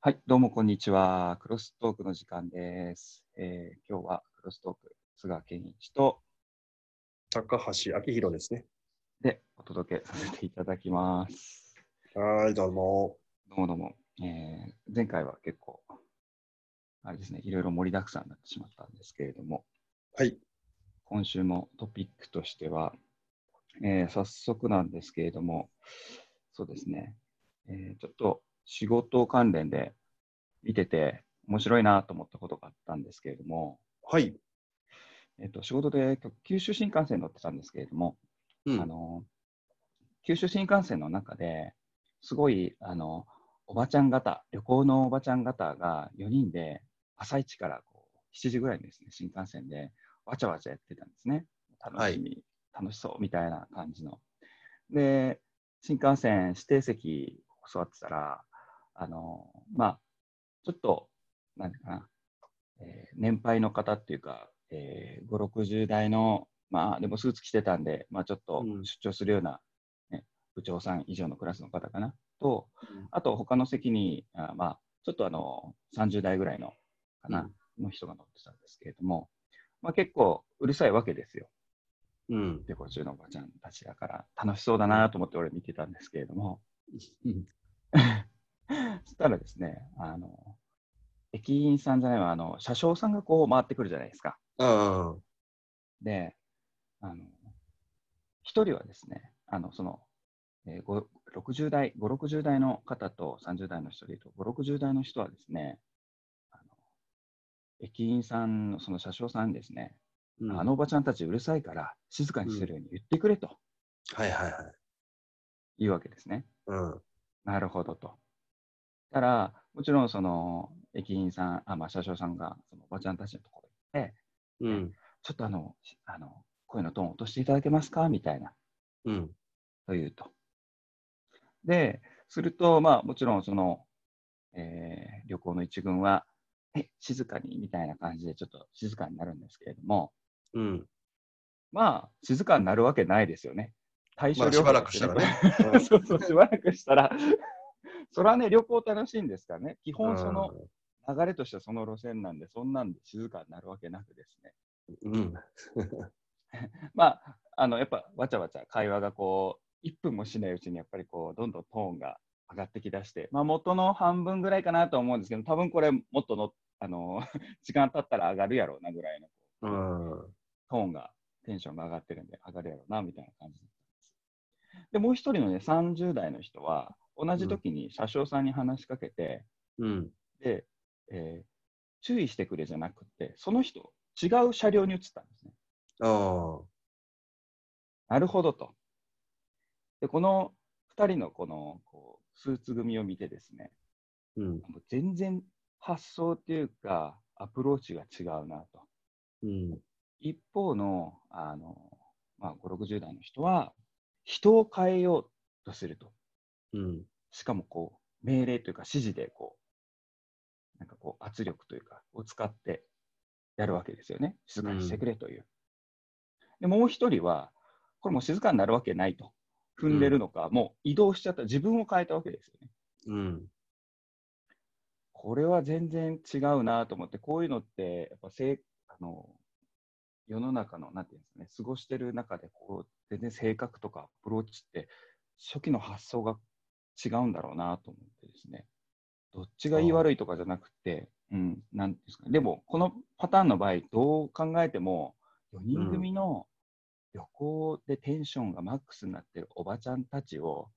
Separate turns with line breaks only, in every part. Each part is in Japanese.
はい、どうもこんにちは。クロストークの時間です。えー、今日はクロストーク、津川健一と
高橋明宏ですね。
でお届けさせていただきます。
はい、どうも。
どうもどうも。えー、前回は結構、あれですね、いろいろ盛りだくさんになってしまったんですけれども、
はい。
今週もトピックとしては、えー、早速なんですけれども、そうですね、えー、ちょっと仕事関連で見てて面白いなと思ったことがあったんですけれども、
はい。
えっと、仕事で九州新幹線乗ってたんですけれども、
うん、
あの九州新幹線の中ですごいあのおばちゃん方旅行のおばちゃん方が4人で朝一からこう7時ぐらいにですね新幹線でわちゃわちゃやってたんですね楽しみ、はい、楽しそうみたいな感じので新幹線指定席座ってたらあのまあちょっと何ていうかな、えー、年配の方っていうか、えー、560代のまあでもスーツ着てたんで、まあ、ちょっと出張するようなね、ね、うん、部長さん以上のクラスの方かなと、うん、あと他の席にあまあちょっとあの30代ぐらいのかな、うん、の人が乗ってたんですけれども、まあ、結構うるさいわけですよ。
うん、
で50のおばちゃんたちだから楽しそうだなと思って俺見てたんですけれども、
うん、
そしたらですねあの駅員さんじゃないわあの車掌さんがこう回ってくるじゃないですか。
あ
であの1人はですねあのその、えー、60代560代の方と30代の人でいうと560代の人はですねあの駅員さんのその車掌さんですね、
うん、
あのおばちゃんたちうるさいから静かにするように言ってくれと、
うん、はいはいはい
いうわけですね。
うん、
なるほどと。たら、もちろんその駅員さん、あまあ、車掌さんがそのおばちゃんたちのところに行って、
うん、
ちょっとあのあの声のトーン落としていただけますかみたいな、
うん、
というと。で、すると、まあ、もちろんその、えー、旅行の一軍は、え静かにみたいな感じでちょっと静かになるんですけれども、
うん、
まあ静かになるわけないですよね。対象
しばらくしたらね。
そうそう、しばらくしたら それはね、旅行楽しいんですからね、基本その流れとしてはその路線なんで、そんなんで静かになるわけなくですね。
うん、
まあ、あのやっぱわちゃわちゃ会話がこう、1分もしないうちにやっぱりこう、どんどんトーンが上がってきだして、まあ元の半分ぐらいかなと思うんですけど、多分これ、もっとのあの 時間経ったら上がるやろうなぐらいの
うん、
トーンが、テンションが上がってるんで、上がるやろうなみたいな感じでで、もう1人のね、30代の人は、同じ時に車掌さんに話しかけて、
うん、
で、えー、注意してくれじゃなくて、その人、違う車両に移ったんですね。
あ
なるほどと。で、この2人のこのこうスーツ組を見てですね、
うん、
全然発想っていうか、アプローチが違うなと。
うん、
一方のあの、まあ、5、60代の人は、人を変えようとすると。
うん、
しかもこう命令というか指示でこうなんかこう圧力というかを使ってやるわけですよね静かにしてくれという。うん、でもう一人はこれも静かになるわけないと踏んでるのか、うん、もう移動しちゃった自分を変えたわけですよね。
うん、
これは全然違うなと思ってこういうのってやっぱせあの世の中のなんていうんですかね過ごしてる中でこう全然性格とかアプローチって初期の発想が違うんだろうなと思ってですね、どっちがいい悪いとかじゃなくて、うん、なんですか、ね、でも、このパターンの場合、どう考えても、4人組の旅行でテンションがマックスになってるおばちゃんたちを、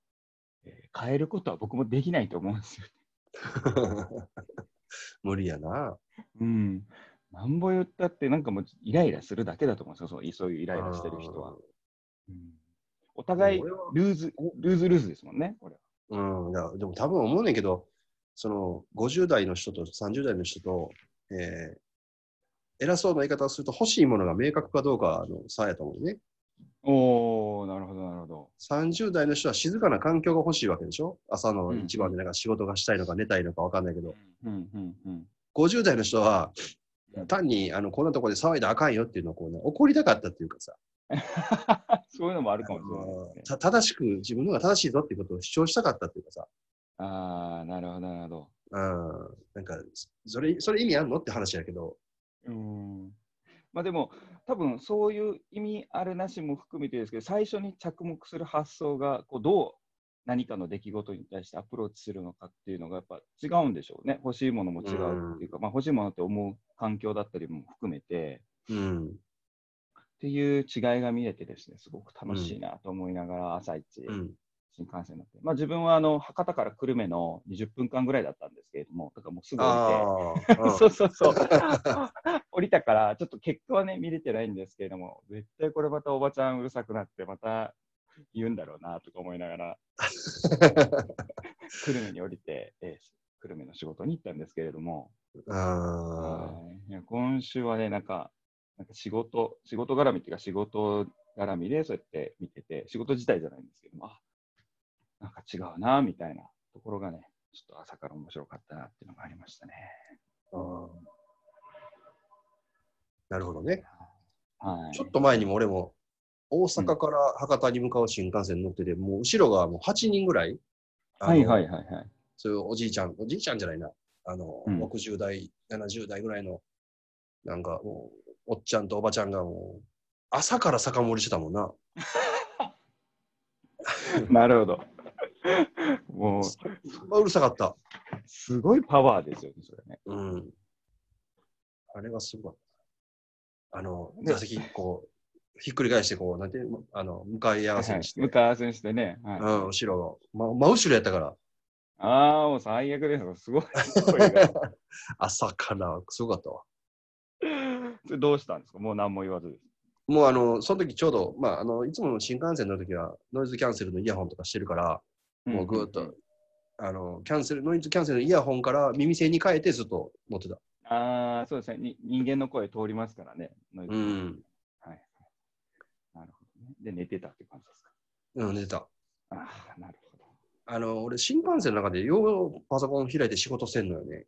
えー、変えることは僕もできないと思うんですよ、
ね。 無理やな。
うん。なんぼ言ったって、なんかもうイライラするだけだと思うんですよ、そうそういうイライラしてる人は。うん、お互いルーズ、ルーズルーズですもんね、これは。
うん、だでも多分思うねんけど、その50代の人と30代の人と、えー、偉そうな言い方をすると欲しいものが明確かどうかの差やと思うね。
おー、なるほど、なるほど。
30代の人は静かな環境が欲しいわけでしょ朝の一番でなんか仕事がしたいのか寝たいのか分かんないけど。
うんうんうん、
50代の人は、単にあのこんなとこで騒いだらあかんよっていうのをこう、ね、怒りたかったっていうかさ。
そういうのもあるかもしれない、ね、
正しく、自分のが正しいぞっていうことを主張したかったっていうかさ。
ああ、なるほど、なるほど。
うん。なんか、それ、それ意味あんのって話やけど、
うんまあでも多分そういう意味あるなしも含めてですけど最初に着目する発想がこうどう何かの出来事に対してアプローチするのかっていうのがやっぱ違うんでしょうね欲しいものも違うっていうか、まあ、欲しいものって思う環境だったりも含めて
うん。
っていう違いが見れてですねすごく楽しいなと思いながら朝一
うん。
新幹線乗って、まあ、自分はあの博多から久留米の20分間ぐらいだったんですけれどもだからもうすぐ降りて。
ああ。うん
そうそうそう。降りたから、ちょっと結果はね、見れてないんですけれども、絶対これまたおばちゃんうるさくなって、また言うんだろうなとか思いながら、久留米に降りて、えー久留米の仕事に行ったんですけれども、
あ
は
あ。
いいや今週はね、なんか、なんか仕事、仕事絡みっていうか、仕事絡みでそうやって見てて、仕事自体じゃないんですけども、あなんか違うな、みたいなところがね、ちょっと朝から面白かったなっていうのがありましたね。
なるほどね。
はい、
ちょっと前にも俺も、大阪から博多に向かう新幹線に乗ってて、もう後ろがもう8人ぐらい。あの
はいはいはいはい。
そういうおじいちゃん、おじいちゃんじゃないな。あの、
うん
60代、70代ぐらいの、なんかもう、おっちゃんとおばちゃんがもう、朝から酒盛りしてたもんな。
なるほど。もう、
まあ、うるさかった。
すごいパワーですよね、それね。
うん。あれがすごかった。あの、
ね
座席、こう、ひっくり返して、こう、なんていうの、あの、向かい合わせにして、
向かい合わせにしてね。はい、
うん、後ろ、ま、真後ろやった から、
ああ、もう最悪ですよ。すごい。声 が
朝から、すごかったわ。
それどうしたんですかもう何も言わずです。
もうあの、その時ちょうど、まあ、あの、いつもの新幹線の時は、ノイズキャンセルのイヤホンとかしてるから、もうぐーっと、
ん。
あの、キャンセル、ノイズキャンセルのイヤホンから耳栓に変えてずっと持ってた。
ああ、そうですねに。人間の声通りますからね。ノイズ
うん。
はい。なるほどね。で、寝てたって感じですか。
うん、寝てた。
ああ、なるほど。
あの、俺、新幹線の中で、ようパソコン開いて仕事してんのよね。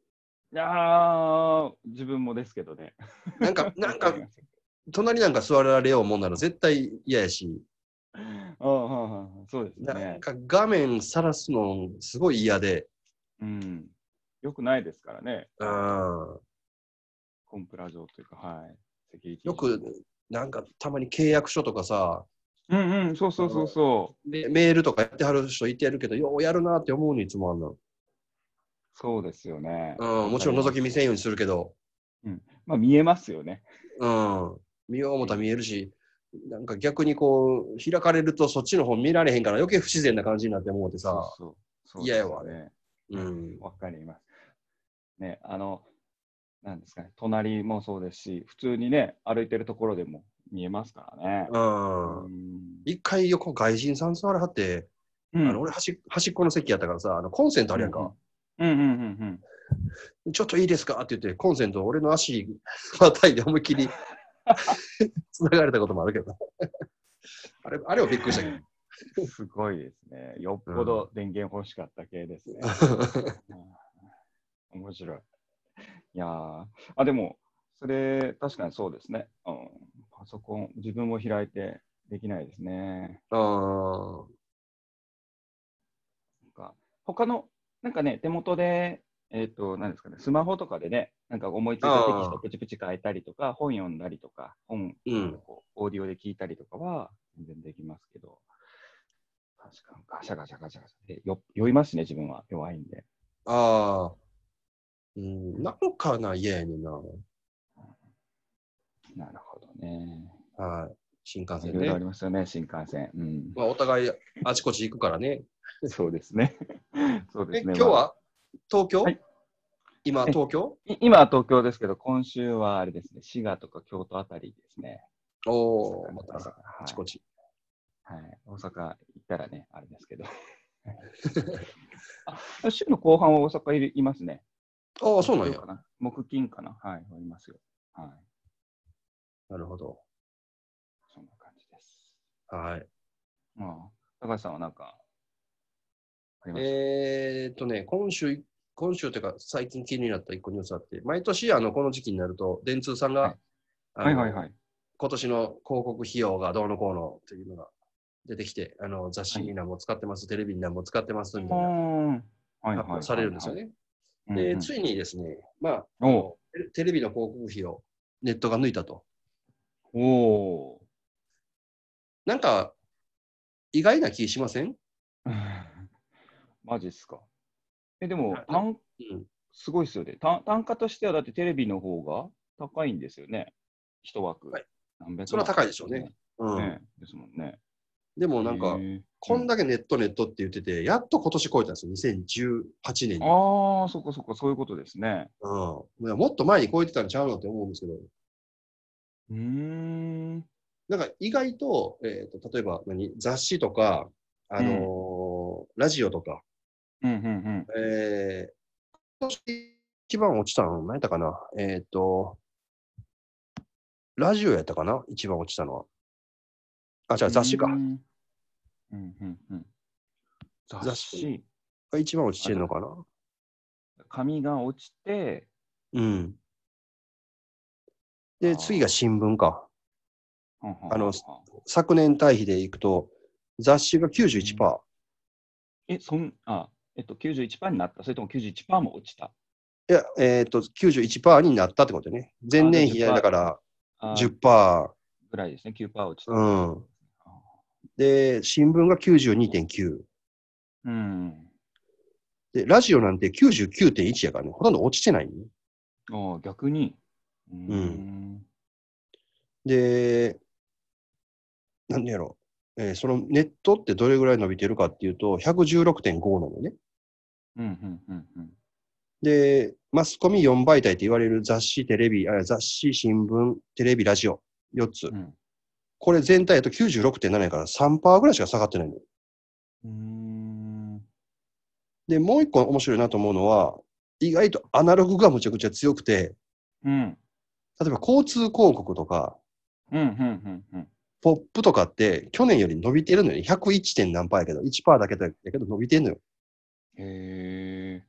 いやー自分もですけどね。
なんか、な んか、隣なんか座られようもんなら絶対嫌やし、
うんうんうんそうです
な
ね
ん。か画面さらすのすごい嫌で、
うん。よくないですからね。
うん
コンプラ上というか、はい。セキュリティ
よくなんかたまに契約書とかさ、
うんうん、そうそうそうそう。
でメールとかやってはる人いてやるけど、ようやるなって思うのいつもあん
そうですよね。
の。うん、もちろん覗き見せんようにするけど、
まあ見えますよね。
うん、見よう思ったら見えるし、なんか逆にこう、開かれるとそっちの方見られへんから余計不自然な感じになって思うてさ、
そうそう。
嫌やわ
そうですよね。
うん、
わかります。ね、あの、なんですかね、隣もそうですし、普通にね、歩いてるところでも見えますからね。
うん。
ん
一回横外人さん座らはって、あの俺端っ端っこの席やったからさ、あのコンセントあるやんか。。
うんうんうんうん
ちょっといいですかって言って、コンセントを俺の足またいで思いっきり 繋がれたこともあるけど。 あれ、あれはびっくりしたけ
うん。すごいですね。よっぽど電源欲しかった系ですね。
ど。
うん面白い。いやーあ、でも、それ、確かにそうですね、うん。パソコン、自分も開いてできないですね。
あ
なんか他の、なんかね、手元で、えっ、と、なんですかね、スマホとかでね、なんか思いついたテキス
あ
ト
ー
プチプチ変えたりとか、本読んだりとか、本、
うん
こうオーディオで聞いたりとかは、全然できますけど、確かにガシャガシャガシャガシャで、よ酔いますね、自分は。弱いんで。
あ。ああ。うん、なんかな、嫌やねんな。
なるほどね。
はい。新幹
い
線
ろいろあ
ね
り。ますよね、新幹線。うん。
まあ、お互いあちこち行くからね。
そうですね。そうで
え、
すね。
今日
まあ
は東京、
はい
今、東京
い今は東京ですけど、今週はあれですね、滋賀とか京都あたりですね。
おお、ま
大阪
たあち
は
こ
い
ち。
はい。大阪行ったらね、あれですけど。 あ週の後半は大阪いるいますね。
ああ、そうなん
木
や
曜。かな木金かなはい、おりますよ。はい。
なるほど。
そんな感じです。
はい。
うん。高橋さんはなんか、ありました、
えーっとね、今週、今週というか、最近気になった一個ニュースあって、毎年、あの、この時期になると、電通さんが、
はい
あの
はいはいはい。
今年の広告費用がどうのこうのというのが出てきて、あの、雑誌に何も使ってます、テレビに何も使ってます、みたいな、
うーんはいはいはい
発表されるんですよ。ね。で、
うん
ついにですね、まあ、
お
テレビの広告費をネットが抜いたと。
おお
なんか、意外な気しません
ー マジっすか。え、でも
な、
単
うん。
すごいっすよね。単単価としては、だってテレビの方が高いんですよね。一枠。
はい
何百万
それは高いでしょうね。うん
ねですもんね。
でもなんか
へ、ー
こんだけネットネットって言ってて、やっと今年超えたんですよ、2018年に。
ああ、そっかそっか、そういうことですね。
うん、いやもっと前に超えてたんちゃうのって思うんですけど、
うーん。
なんか意外と、えー、と例えば何雑誌とか、あのーラジオとか、
うんうん
えー、今年一番落ちたの、何やったかな、えっ、と、ラジオやったかな、一番落ちたのは。あ、じ
う
ゃ
ん。
雑誌か
う。んうんうん。雑
雑
誌
誌。一番落ちてるのかな。
紙が落ちて、
うん。
あ
で、
ー
次が新聞か。
ほんほん
あの
ほんほん
昨年対比でいくと、雑誌が91%。
え、そん、あ、えっと、91%になった、それとも91%も落ちた。
いや、えっ、と、91%になったってことね。前年比
あじゃあ10%
だから
あー
10%。
ぐらいですね、9%落ちた。
うん。で、新聞が92.9。
うん。
で、ラジオなんて99.1やからね。ほとんど落ちてない、ね。
ああ、逆に。うー。
うんで、なんでやろう。えーそのネットってどれぐらい伸びてるかっていうと、116.5なのね。
うんうんうんうん。
で、マスコミ4媒体って言われる雑誌、テレビ、あ雑誌、新聞、テレビ、ラジオ、4つ
う。ん
これ全体だと96.7やから3%ぐらいしか下がってないの。
うーん。
で、もう一個面白いなと思うのは、意外とアナログがむちゃくちゃ強くて、
うん。
例えば交通広告とか、
うんうんうんうん。
ポップとかって去年より伸びてるのよ。101. 点何パーやけど、1%だけだけど伸びてんのよ。
へ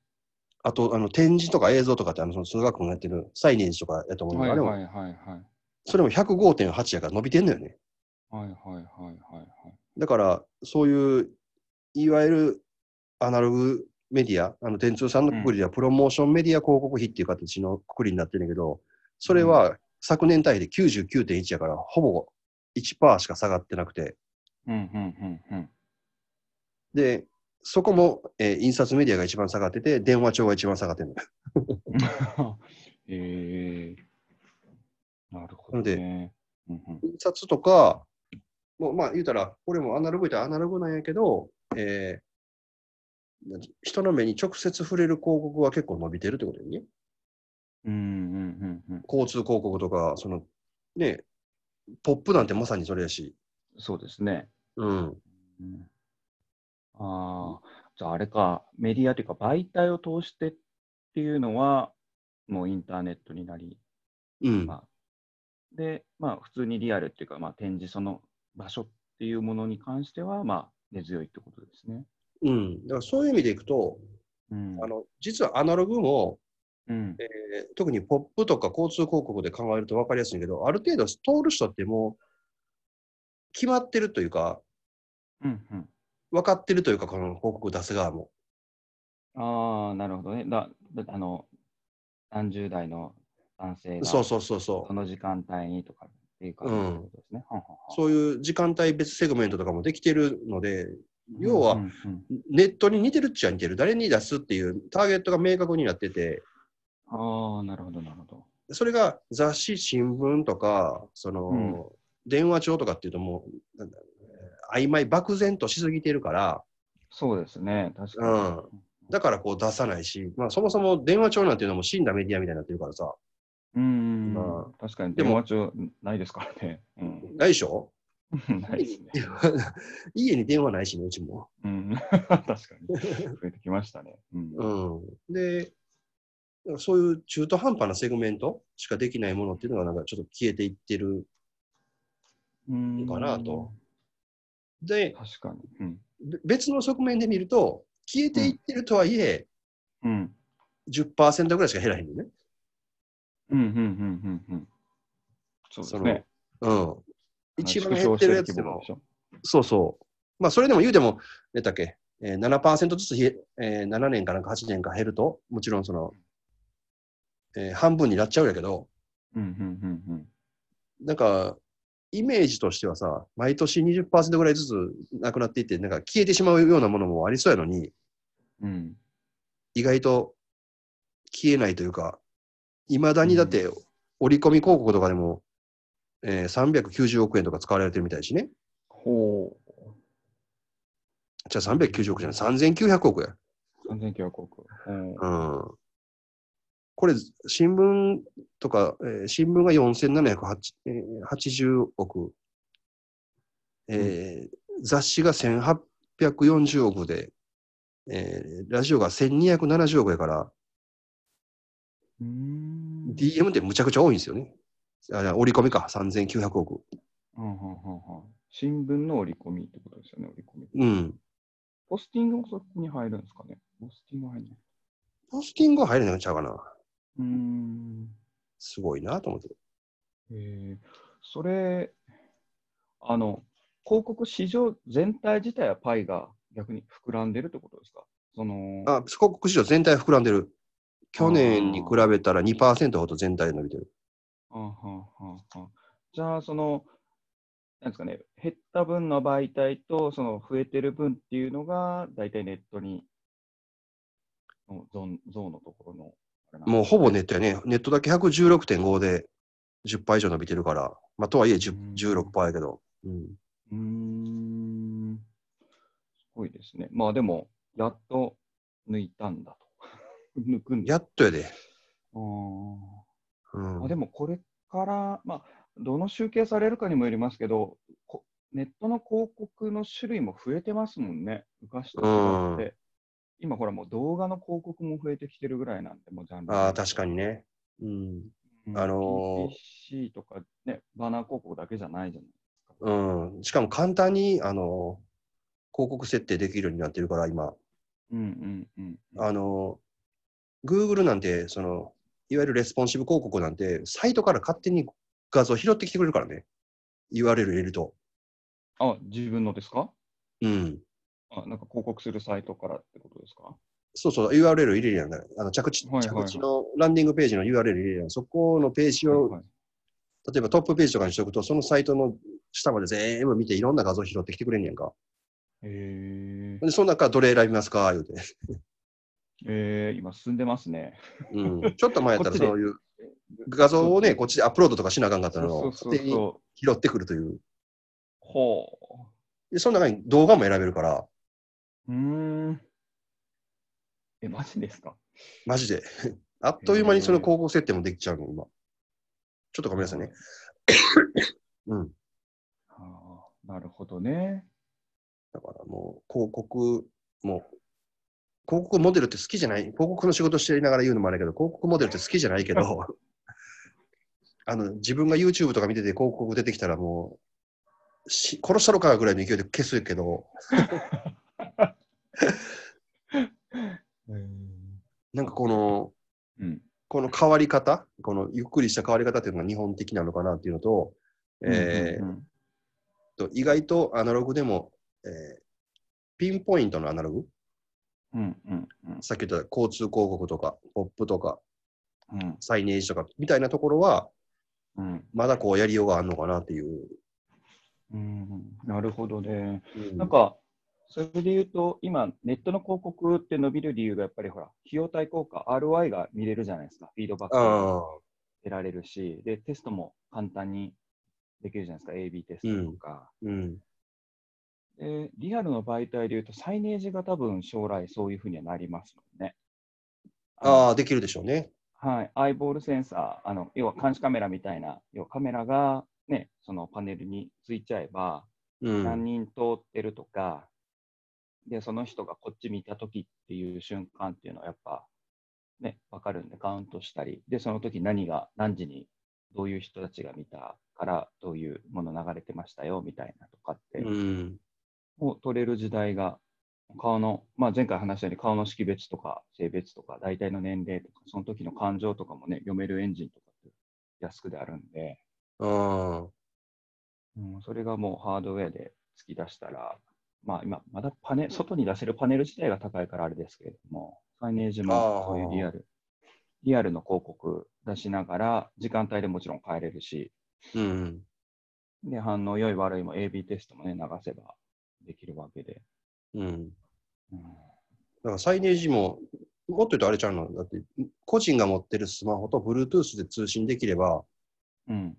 あと、あの、展示とか映像とかって、あの、その数学君がやってるサイネージとかやと
え。
思うの
はい
が、あ
はい
れ
は
も、
いはい。
それも105.8やから伸びてんのよね。
はいはいはいはいはい。
だから、そういう、いわゆるアナログメディア、あの、電通さんのくくりでは、プロモーションメディア広告費っていう形のくくりになってるんだけど、それは昨年対比で99.1やから、ほぼ1%しか下がってなくて、
うんうんうんうん。
で、そこも、えー印刷メディアが一番下がってて、電話帳が一番下がってるの。
ええなるほど、ね。うんうん
印刷とか、もうまあ言うたら、これもアナログ言ったらアナログなんやけど、えーなんて人の目に直接触れる広告は結構伸びてるってことよね。
うんうんうんうん。
交通広告とか、その、ね、ポップなんてまさにそれやし。
そうですね。
うん。
うん、ああ、じゃああれか、メディアというか媒体を通してっていうのは、もうインターネットになり、
うん。
まあ、で、まあ、普通にリアルっていうか、まあ、展示その場所っていうものに関しては、まあ、根強いってことですね。
うん。だからそういう意味でいくと、
うん
あの、実はアナログも、
うん
えー特にポップとか交通広告で考えると分かりやすいんやけど、ある程度通る人ってもう、決まってるというか、
うんうん
分かってるというか、この広告出す側も。
ああ、なるほどね。だ、だあの、30代の男性が、
そうそうそうそう
こ。の時間帯にとかっていうか、
うん
そういうことですね。はんはんはん
そういう時間帯別セグメントとかもできてるので、要
う
は
んうん
ネットに似てるっちゃ似てる、誰に出すっていうターゲットが明確になって
う
て、
んああ、なるほど、なるほど。
それが雑誌、新聞とか、その、
うん
電話帳とかっていうともう、なんだろうね曖昧、漠然としすぎてるから、
そうですね、確か
だからこう出さないし、まあ、そもそも電話帳なんていうのも死んだメディアみたいになってるからさ、
に。うん、
まあ
確かに、
でも
電話帳ないですから ね。うん、
ないでしょ
ないですね。
家に電話ないしね、うち も。
うん、確かに。増えてきましたね。うん
うん、で、そういう中途半端なセグメントしかできないものっていうのがなんかちょっと消えていってる。
うん
かなと。で、
確かに。うん。
べ別の側面で見ると、消えていってるとはいえ、
うん。
10%ぐらいしか減らへんのね。
うん。うん。うん。うん。うんそうですね。
うん。一番
縮
減
小
っ
してる
るやつで
規模
も
で、しょ
そうそう。まあ、それでも言うても、ねだっけ、えー、7%ずつひ、えー、7年かなんか8年か減ると、もちろんその、えー半分になっちゃうやけど、
うんうんうん
なんか、イメージとしてはさ、毎年20%ぐらいずつなくなっていって、なんか消えてしまうようなものもありそうやのに、
うんうん
意外と消えないというか、いまだにだって、折り込み広告とかでも、えー、390億円とか使われてるみたいしね。
ほう。
じゃあ390億じゃない、3900億や。
完全強国。うん
うんこれ、新聞とか、えー新聞が4780億、えー雑誌が1840億で、えーラジオが1270億やから、
うーん。
DM ってむちゃくちゃ多いんですよね。あいや折り込みか、3900億。
うんうんうんうん新聞の折り込みってことですよね、折り込み。
うん。
ポスティングもそこに入るんですかね。ポスティングは入るない。
ポスティングは入れなくちゃうかな。
うーん。
すごいなと思って。
えー、それ、あの、広告市場全体自体はパイが逆に膨らんでるってことですかその、
あ、四国市場全体膨らんでる。去年に比べたら2%ほど全体で伸びてる。
あはあはあはあじゃあ、その、なんですかね、減った分の媒体と、その増えてる分っていうのが、大体ネットに、のゾーンゾーンのところのあれなんですね、
もうほぼネットやね。ネットだけ116.5で10%以上伸びてるから。まあ、とはいえ
うん
10 16%やけど。うん。
うーん、すごいですね。まあでも、やっと抜いたんだと。 抜くんだ。
やっとやで。
あー
うん
まあ、でもこれから、まあ、どの集計されるかにもよりますけど、こネットの広告の種類も増えてますもんね、昔と違って。今、ほら、もう動画の広告も増えてきてるぐらいなんで、もうジャンル。
ああ、確かにね。うん。
うん
あのー
PPC とか、ね、バナー広告だけじゃないじゃないですか。
うん。しかも簡単に、あの、広告設定できるようになってるから、今。
うんうんうん。
あの、Google なんて、その、いわゆるレスポンシブ広告なんて、サイトから勝手に画像拾ってきてくれるからね。URL 入れると。
あ、自分のですか
うん。
あなんか広告するサイトからってことですか
そうそう、URL 入れるやん。あの着地、
はいはいはい
着地のランディングページの URL 入れるやん。そこのページを、
はいはい
例えばトップページとかにしておくと、そのサイトの下まで全部見て、いろんな画像拾ってきてくれんねやんか。
えー
で、その中、どれ選びますか言うて。
えー、今進んでますね。
うん。ちょっと前やったら、
こっちで
そういう画像をね、こっちでアップロードとかしなあかんかった
そう
の
そ
を、
うそ
勝
う
手に
そう。
拾ってくるという。
ほ
で、その中に動画も選べるから、
う。うーん。え、マジですか
マジで。 あっという間にその広告設定もできちゃうの、今。ちょっとご
ご
めんなさ いね。。うん。
あーなるほどね。
だからもう広告も、広告モデルって好きじゃない、広告の仕事していながら言うのもあれだけど、広告モデルって好きじゃない けど、あの自分が YouTube とか見てて広告出てきたらもう、し殺したろかぐらいの勢いで消すけど、なんかこの、
うん。
この変わり方、このゆっくりした変わり方っていうのが日本的なのかなっていうのと、えー
うんうん
と意外とアナログでも、えーピンポイントのアナログ、
うんうんうん
さっき言った交通広告とか、ポップとか、
うん
サイネージとかみたいなところは、
うん
まだこうやりようがあるのかなっていう。
うんなるほどね。
うん
なんか、それで言うと、今、ネットの広告って伸びる理由が、やっぱりほら、費用対効果、ROI が見れるじゃないですか、フィードバックが
あ
得られるし、で、テストも簡単にできるじゃないですか、AB テストとか。
ーうん。
でリアルの媒体で言うと、サイネージが多分将来そういうふうにはなりますもんね。
ああ、できるでしょうね。
はい、アイボールセンサー、あの要は監視カメラみたいな、要はカメラが、ね、そのパネルについちゃえば、
う
何
ん。
人通ってるとか、で、その人がこっち見たときっていう瞬間っていうのはやっぱ、ね、わかるんでカウントしたり、で、その時何が、何時に、どういう人たちが見たから、どういうもの流れてましたよ、みたいなとかって、
うん。
もう取れる時代が、顔の、まあ前回話したように顔の識別とか性別とか大体の年齢とか、その時の感情とかもね、読めるエンジンとかって安くであるんで、
ああ。
うん、それがもうハードウェアで突き出したら、まあ今、まだパネ、外に出せるパネル自体が高いからあれですけれども、サイネージもそういうリアル、リアルの広告出しながら、時間帯でもちろん変えれるし、
うん。
で、反応良い悪いも AB テストもね、流せばできるわけで。
うん。
うん、
だからサイネージも、もっと言うとあれちゃうのだって、個人が持ってるスマホと Bluetooth で通信できれば、
うん、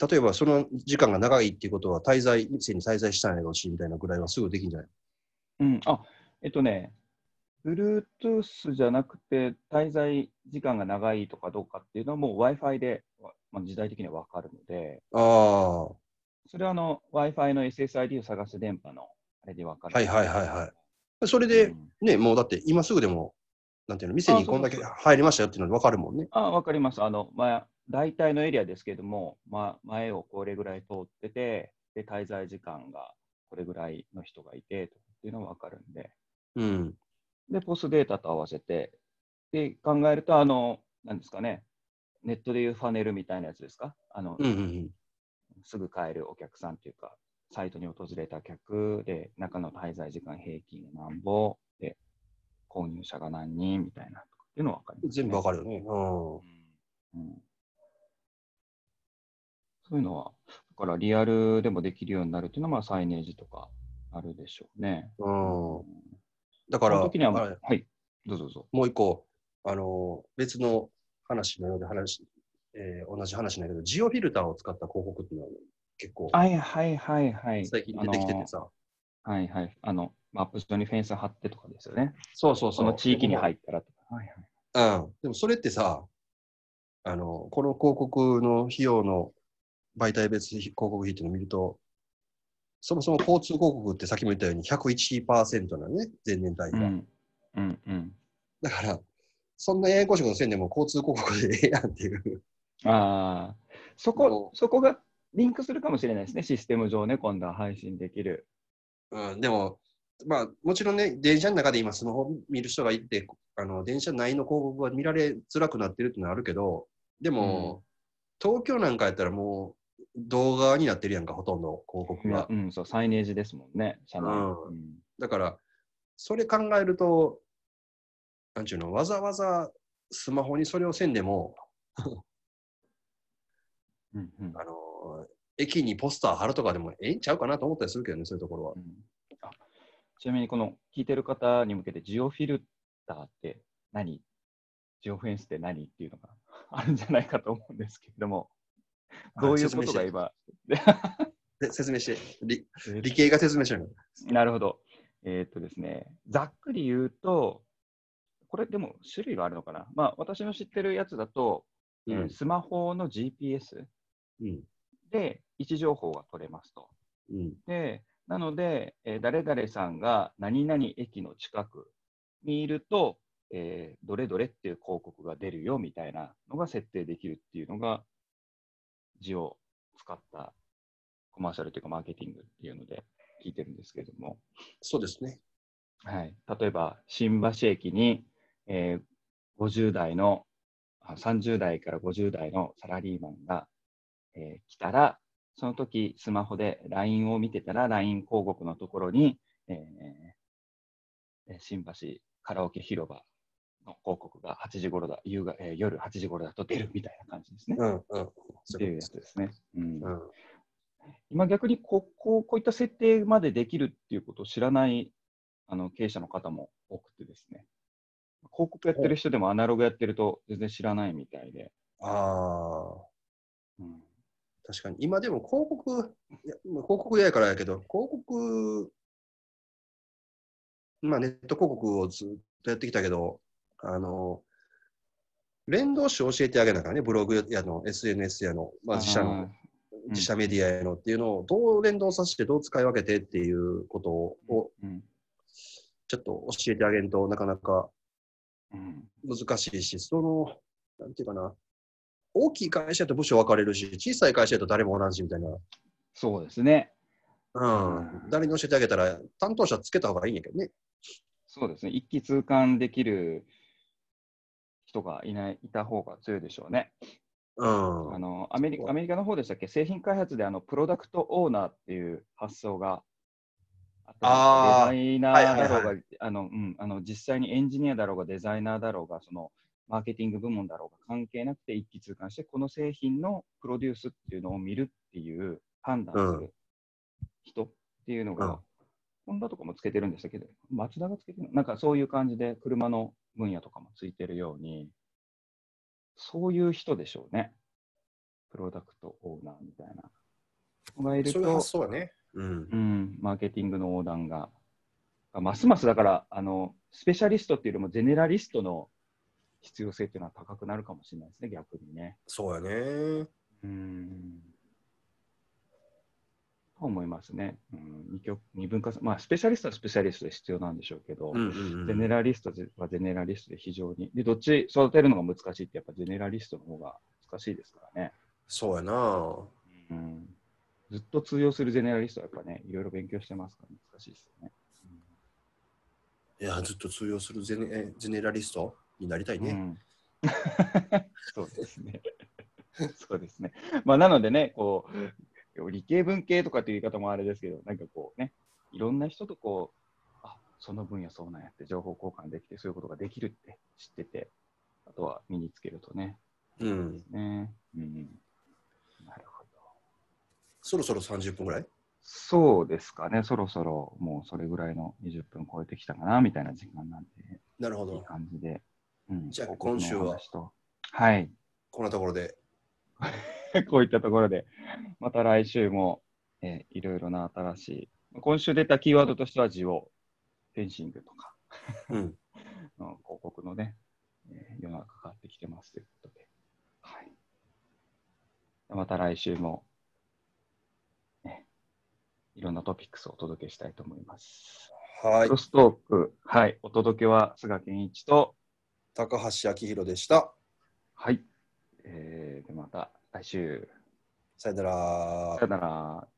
例えばその時間が長いっていうことは、滞在、店に滞在したんやろうし、みたいなぐらいはすぐできんじゃない
うん。あ、えっとね、Bluetooth じゃなくて、滞在時間が長いとかどうかっていうのはもう Wi-Fi で、わまあ、時代的にはわかるので、
ああ、は
それはあの Wi-Fi の SSID を探す電波のあれでわかる。
いはいはいはい。それで
う、ん
ね、もうだって今すぐでも、なんていうの、店にこんだけ
あそう
入りましたよっていうの分かるもんね。
あ、わかります。あの、まあ、大体のエリアですけれども、まあ、前をこれぐらい通ってて、で、滞在時間がこれぐらいの人がいて、とかっていうのはわかるんで。
うん。
で、ポスデータと合わせて、で、考えると、あの、なんですかね、ネットでいうファネルみたいなやつですかあの、
うんうんうん。
すぐ帰るお客さんというか、サイトに訪れた客で、中の滞在時間平均が何ぼ、で、購入者が何人みたいな、とかっていうのはわかります、ね。
全部分かるよね。う
うんそういうのは、だからリアルでもできるようになるっていうのは、まあ、サイネージとかあるでしょうね。
ん。うん。
だ
だから、
その時にはもう
あれ
はい、どうぞどうぞ。
もう一個、あの、別の話のようで話、えー同じ話なんだけど、ジオフィルターを使った広告っていうのは結構
はいはいはいはい。
最近出てきててさ、
あのはいはい。あの、マップ上にフェンス張ってとかですよね。
そうそう
その地域に入
っ
ったらとか。はいはい。
うん。でもそれってさ、あの、この広告の費用の媒体別広告費っていうのを見ると、そもそも交通広告ってさっきも言ったように101%なのね、前年対比
う
が。
ん。うんうん。
だから、そんなややこしいことせんでも交通広告でええ やんっていう。
ああ、そ
も
こ、
う
そこがリンクするかもしれないですね。システム上ね、今度は配信できる。
うん、でも、まあ、もちろんね、電車の中で今スマホ見る人がいて、あの、電車内の広告は見られづらくなってるっていうのはあるけど、でも、東京なんかやったらもう動画になってるやんか、ほとんど広告が
う。ん、そう、サイネージですもんね、社内。
うん
うん
だから、それ考えると、なんちゅうの、わざわざスマホにそれをせんでも、
うんうん
あの駅にポスター貼るとかでもええんちゃうかなと思ったりするけどね、そういうところは
う。んあちなみにこの聞いてる方に向けてジオフィルターって何ジオフェンスって何っていうのがあるんじゃないかと思うんですけれども、どういうことが今、
で説明して、理理系が説明してる
なるほど。えーっとですね、ざっくり言うと、これでも種類があるのかなまあ私の知ってるやつだと、えー
うん
スマホの GPS
うん。
で位置情報が取れますと。
うん。
で、なので、えー誰々さんが何々駅の近くにいると、えーどれどれっていう広告が出るよみたいなのが設定できるっていうのが、字を使ったコマーシャルというかマーケティングっていうので聞いてるんですけれども、
そうですね。
はい、例えば新橋駅に、えー50代のあ30代から50代のサラリーマンが、えー来たらその時スマホで LINE を見てたら LINE 広告のところに、えーえー新橋カラオケ広場の広告が8時頃だ夕が、えー夜8時頃だと出るみたいな感じですね。
うん。うん。
っ
そう
て
い
いう
うことで
や
す
つですね。うん
うん。
今逆にここうこういった設定までできるっていうことを知らないあの経営者の方も多くてですね、広告やってる人でもアナログやってると全然知らないみたいで、
ああ。
うん
確かに。今でも広告、いやまあ広告やからやけど、広告、まあネット広告をずっとやってきたけど、あの、連動して教えてあげなあからね、ブログやの、SNS やの、まあ、自社
あ
の、
ー
自社メディアやのっていうのをどう連動させて、どう使い分けてっていうことを、
ーうん
ちょっと教えてあげんとなかなか
うん
難しいし、その、なんていうかな、大きい会社と部署分かれるし、小さい会社だと誰もおらんしみたいな。
そうですね、
うん、誰に教えてあげたら、担当者つけた方がいいんやけどね。
そうですね、一気通貫できる人がいないいた方が強いでしょうね。
うん。
あのアメリ
そう
カアメリカの方でしたっけ、製品開発であのプロダクトオーナーっていう発想がと
あー
デザイナ
はい
ー
はい
だ
はい
ろうが、あの、うん、あの、実際にエンジニアだろうが、デザイナーだろうが、その、マーケティング部門だろうが関係なくて一気通貫して、この製品のプロデュースっていうのを見るっていう判断する人っていうのが、
うん
ホンダとかもつけてるんでしたけど、松田がつけてるのなんかそういう感じで車の分野とかもついてるように、そういう人でしょうね。プロダクトオーナーみたいな。人がいる
そういう
と
発、想はね。
うん
う。ん、マーケティングの横断が。あますますだからあの、スペシャリストっていうよりも、ゼネラリストの必要性っていうのは高くなるかもしれないですね、逆にね。
そうやね。
うん。と思いますね。うん、二極二分化さ、まあ、スペシャリストはスペシャリストで必要なんでしょうけど、
うんうん
ゼ
うん
ネラリストはゼネラリストで非常に。で、どっち育てるのが難しいって、やっぱゼネラリストの方が難しいですからね。
そうやな。
うん。ずっと通用するゼネラリストはやっぱね、いろいろ勉強してますから難しいですよね。
いや、ずっと通用するゼネえゼネラリストになりたいね。
うん、 そうですね。 そうですね。まあ、なのでね、こう、理系文系とかっていう言い方もあれですけど、なんかこうね、いろんな人とこう、あその分野そうなんやって情報交換できて、そういうことができるって知ってて、あとは身につけるとね。
うん。
ねうん、なるほど。
そろそろ30分ぐらい
そうですかね、そろそろもうそれぐらいの20分超えてきたかなみたいな時間なんで、
なるほ
いい
ど。
感じで。うん
じゃあ今週は。
報告のお話とはい。
こんなところで。
こういったところで、また来週も、えーいろいろな新しい、今週出たキーワードとしては、ジオ、フェンシングとか、
うん。
の広告のね、えー世の中変わってきてますということで、はい。また来週も、ね、いろんなトピックスをお届けしたいと思います。
はい
クロ。ストーク、はい、お届けは菅健一と、
高橋明宏でした。
はい、えーでまた来週、
さよなら
さよ。なら。